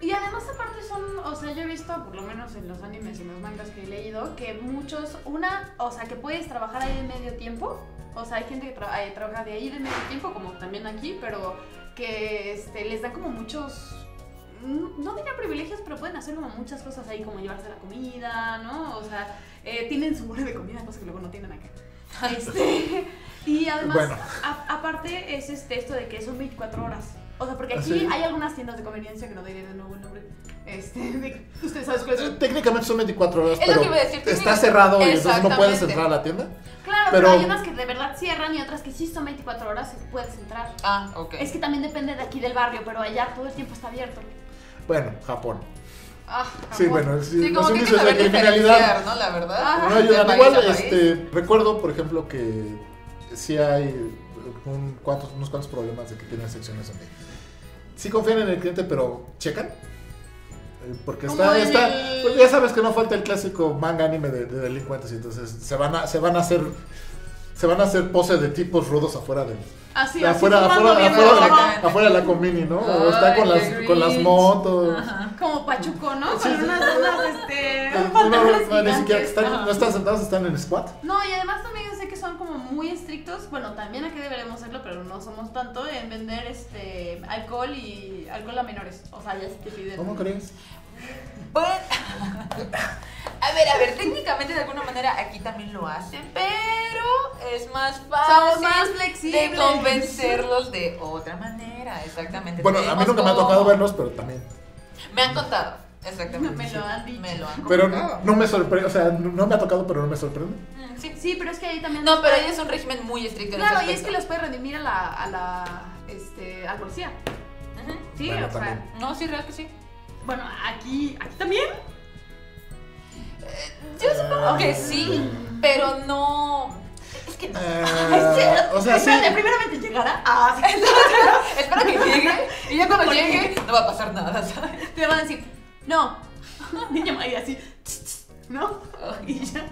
Speaker 3: Y además aparte son, o sea, yo he visto, por lo menos en los animes y en los mangas que he leído, que muchos, una, o sea, que puedes trabajar ahí de medio tiempo, o sea, hay gente que tra- eh, trabaja de ahí de medio tiempo, como también aquí, pero que este, les dan como muchos, no no diría privilegios, pero pueden hacer como muchas cosas ahí, como llevarse la comida, ¿no? O sea, eh, tienen su bola de comida, cosa que luego no tienen acá. Este, y además,
Speaker 2: Bueno.
Speaker 3: a- aparte es este, esto de que son 24 horas. O sea, porque
Speaker 2: Ah,
Speaker 3: aquí
Speaker 2: sí.
Speaker 3: hay algunas tiendas de conveniencia que no diré de nuevo el nombre. Este, de- ustedes saben cuáles
Speaker 2: Eh,
Speaker 3: son.
Speaker 2: Técnicamente son 24 horas,
Speaker 1: Es lo
Speaker 2: pero
Speaker 1: que iba a decir,
Speaker 2: está
Speaker 1: técnicamente-
Speaker 2: cerrado y entonces no puedes
Speaker 1: Exactamente.
Speaker 2: entrar a la tienda.
Speaker 3: Claro, pero,
Speaker 2: Pero-
Speaker 3: hay unas que de verdad cierran y otras que sí son 24 horas y puedes entrar.
Speaker 1: Ah, ok.
Speaker 3: Es que también depende de aquí del barrio, pero allá todo el tiempo está abierto.
Speaker 2: Bueno, Japón.
Speaker 3: Ah,
Speaker 2: Sí,
Speaker 3: Japón.
Speaker 2: bueno, sí,
Speaker 1: Sí, como
Speaker 2: los
Speaker 1: que hay que
Speaker 2: índices de
Speaker 1: saber
Speaker 2: criminalidad
Speaker 1: diferenciar, ¿no? La verdad.
Speaker 3: Ajá.
Speaker 2: no
Speaker 1: Ah, De
Speaker 2: ayudan.
Speaker 1: país
Speaker 2: Igual,
Speaker 1: a país.
Speaker 2: este, recuerdo, por ejemplo, que sí hay un- cuantos- unos cuantos problemas de que tienen secciones donde sí confían en el cliente, pero checan. Eh, Porque
Speaker 3: Como
Speaker 2: está,
Speaker 3: en
Speaker 2: está
Speaker 3: el-
Speaker 2: pues ya sabes que no falta el clásico manga anime de, de delincuentes, y entonces se van a, se van a hacer, se van a hacer poses de tipos rudos afuera del,
Speaker 3: Así, así
Speaker 2: afuera,
Speaker 3: fumando
Speaker 2: afuera,
Speaker 3: bien,
Speaker 2: afuera, de
Speaker 3: ajá.
Speaker 2: la, afuera de la conmini, ¿no? O está con
Speaker 1: Ay,
Speaker 2: las,
Speaker 1: qué
Speaker 2: con las
Speaker 1: grinch.
Speaker 2: motos.
Speaker 1: Ajá.
Speaker 3: Como pachuco, ¿no?
Speaker 2: Sí,
Speaker 3: Con
Speaker 2: sí.
Speaker 3: unas, unas, este,
Speaker 2: No,
Speaker 3: pantalones
Speaker 2: no, ni siquiera
Speaker 3: gigantes.
Speaker 2: están,
Speaker 3: Ajá.
Speaker 2: no están sentados, están en squat.
Speaker 3: No, y además también sé que son como muy estrictos. Bueno, también aquí deberíamos serlo, pero no somos tanto en vender este alcohol y alcohol a menores. O sea, ya sí te piden.
Speaker 2: ¿Cómo crees?
Speaker 1: Bueno, a ver, a ver, técnicamente de alguna manera aquí también lo hacen, pero es más
Speaker 3: Ah, Somos
Speaker 1: fácil
Speaker 3: más
Speaker 1: de
Speaker 3: flexibles.
Speaker 1: convencerlos de otra manera, exactamente.
Speaker 2: Bueno, a mí
Speaker 1: Tenemos
Speaker 2: nunca me ha
Speaker 1: cómo.
Speaker 2: tocado verlos, pero también.
Speaker 1: Me han contado, exactamente.
Speaker 3: Me lo han dicho.
Speaker 1: Me lo han
Speaker 2: Pero
Speaker 1: contado.
Speaker 2: no, no me sorprende, o sea, no no me ha tocado, pero no me sorprende.
Speaker 1: Mm, Sí, sí.
Speaker 3: Sí, pero es que ahí también.
Speaker 1: No, pero ahí es un régimen muy estricto. en ese
Speaker 3: Claro, y es
Speaker 1: aspecto.
Speaker 3: que los puede redimir a la. A la este, al policía.
Speaker 1: Ujú.
Speaker 3: Sí,
Speaker 2: Bueno,
Speaker 3: o
Speaker 2: también.
Speaker 3: sea.
Speaker 1: No, sí, real que sí.
Speaker 3: Bueno, aquí. ¿Aquí también?
Speaker 1: Yo supongo
Speaker 2: Eh,
Speaker 1: que sí, pero no. Es que no.
Speaker 2: Eh, o sea, sí.
Speaker 3: Espérate, primeramente llegará. Ah, sí.
Speaker 1: Espero que llegue. Y ya cuando llegue, no va a pasar nada, ¿sabes?
Speaker 3: Te van a decir, no, niña María, así, tss, tss, ¿no? Y ya.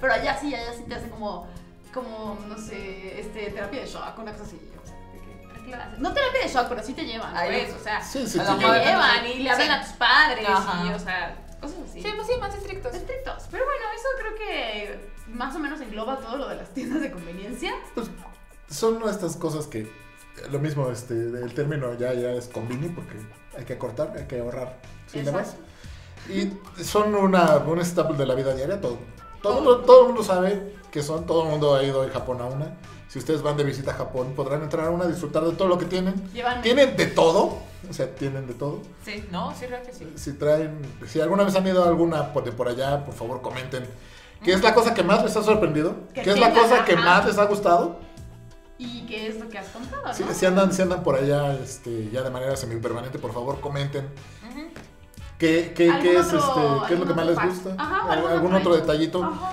Speaker 3: Pero allá sí, allá sí te hacen como, como no sé, este, terapia de shock, una cosa así. o sea, de que, tranquila, No terapia de shock, pero sí te llevan,
Speaker 1: Ahí
Speaker 3: pues,
Speaker 1: es.
Speaker 3: o sea, sí
Speaker 2: Sí, sí,
Speaker 1: A
Speaker 2: sí.
Speaker 1: la
Speaker 3: te
Speaker 1: madre.
Speaker 3: llevan y le hablan
Speaker 1: Sí.
Speaker 3: a tus padres y,
Speaker 1: Ajá.
Speaker 3: o sea, cosas así.
Speaker 1: Sí, pues sí, más estrictos.
Speaker 3: Estrictos. Pero bueno, eso creo que más o menos engloba todo lo de las tiendas de conveniencia.
Speaker 2: Pues, son estas cosas que. Lo mismo, este, el término ya, ya es convini porque hay que cortar, hay que ahorrar sílabas.
Speaker 3: Exacto.
Speaker 2: Y son una, un staple de la vida diaria. Todo, todo, el mundo- todo el mundo sabe que son, todo el mundo ha ido de Japón a una. Si ustedes van de visita a Japón, podrán entrar a una, disfrutar de todo lo que tienen.
Speaker 3: Llevan.
Speaker 2: Tienen de todo, o sea, tienen de todo.
Speaker 1: Sí, no, sí, real que sí.
Speaker 3: Pues
Speaker 2: Si traen, si alguna vez han ido a alguna por, de por allá, por favor comenten. ¿Qué es la cosa que más les ha sorprendido?
Speaker 3: Que
Speaker 2: ¿Qué es la
Speaker 3: tengan,
Speaker 2: cosa que
Speaker 3: ajá.
Speaker 2: más les ha gustado?
Speaker 3: ¿Y qué es lo que has comprado?
Speaker 2: Si,
Speaker 3: ¿no?
Speaker 2: si andan, si andan por allá este, ya de manera semipermanente, por favor comenten.
Speaker 1: Ujú.
Speaker 2: ¿Qué, qué-
Speaker 3: ¿Algún
Speaker 2: qué es,
Speaker 3: otro-
Speaker 2: este, qué es lo que
Speaker 3: algún
Speaker 2: más
Speaker 3: otro
Speaker 2: les
Speaker 3: fact?
Speaker 2: gusta?
Speaker 3: Ajá,
Speaker 2: ¿Al-
Speaker 3: algún
Speaker 2: ¿Algún
Speaker 3: otro Ah.
Speaker 2: otro
Speaker 3: hecho.
Speaker 2: detallito?
Speaker 3: Ajá.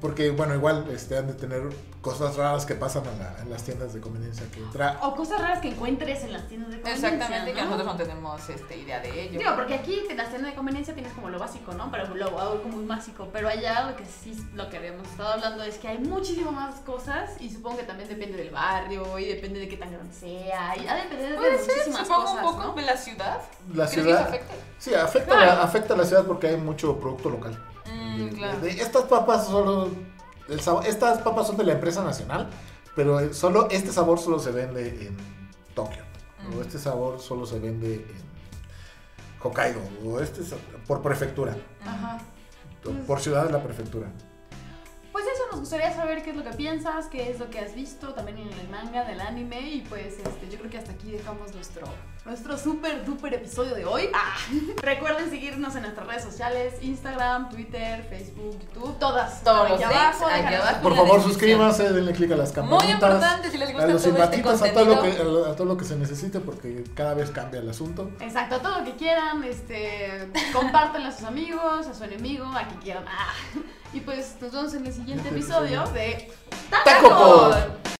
Speaker 2: Porque, bueno, igual este, han de tener cosas raras que pasan en, la- en las tiendas de conveniencia. Que tra-
Speaker 3: O cosas raras que encuentres en las tiendas de conveniencia.
Speaker 1: Exactamente, que
Speaker 3: ¿no?
Speaker 1: nosotros no tenemos este, idea de ello.
Speaker 3: Digo, porque aquí en las tiendas de conveniencia tienes como lo básico, ¿no? Pero lo algo muy básico. Pero allá lo que sí, lo que habíamos estado hablando es que hay muchísimo más cosas y supongo que también depende del barrio y depende de qué tan grande sea y ha de depender de
Speaker 1: Puede ser,
Speaker 3: muchísimas
Speaker 1: supongo
Speaker 3: cosas,
Speaker 1: un poco
Speaker 3: ¿no?
Speaker 1: de la ciudad.
Speaker 2: la
Speaker 1: ¿Crees que eso
Speaker 2: ciudad.
Speaker 1: afecte?
Speaker 2: Sí, afecta,
Speaker 3: Claro.
Speaker 2: la, afecta a la ciudad porque hay mucho producto local.
Speaker 1: Mm,
Speaker 2: De-
Speaker 1: claro.
Speaker 2: de- estas papas solo. el sabor- estas papas son de la empresa nacional, pero eh, solo este sabor solo se vende en Tokio. O
Speaker 1: Mm.
Speaker 2: este sabor solo se vende en Hokkaido. O este sa- por prefectura.
Speaker 1: Ajá. Mm.
Speaker 2: o Por ciudad es la prefectura.
Speaker 3: Pues eso nos gustaría saber qué es lo que piensas, qué es lo que has visto también en el manga, del anime. Y pues este, yo creo que hasta aquí dejamos nuestro, nuestro super duper episodio de hoy. Ah, recuerden seguirnos en nuestras redes sociales: Instagram, Twitter, Facebook, YouTube, todas.
Speaker 1: Todos los
Speaker 3: están
Speaker 1: links allá
Speaker 3: déjanos
Speaker 1: abajo.
Speaker 2: Por
Speaker 1: la
Speaker 2: favor,
Speaker 1: descripción.
Speaker 2: suscríbanse, denle click a las campanitas.
Speaker 1: Muy importante, si les
Speaker 2: A
Speaker 1: gusta
Speaker 2: los
Speaker 1: todo este
Speaker 2: simpatitas, a todo, lo que,
Speaker 1: contenido.
Speaker 2: a lo- a todo lo que se necesite, porque cada vez cambia el asunto.
Speaker 3: Exacto, todo lo que quieran, este, compártanlo a sus amigos, a su enemigo, a quien quieran. Ah. Y pues nos vemos en el siguiente
Speaker 2: Este
Speaker 3: episodio
Speaker 2: episodio.
Speaker 3: de
Speaker 2: Taco Pod.
Speaker 3: Pod.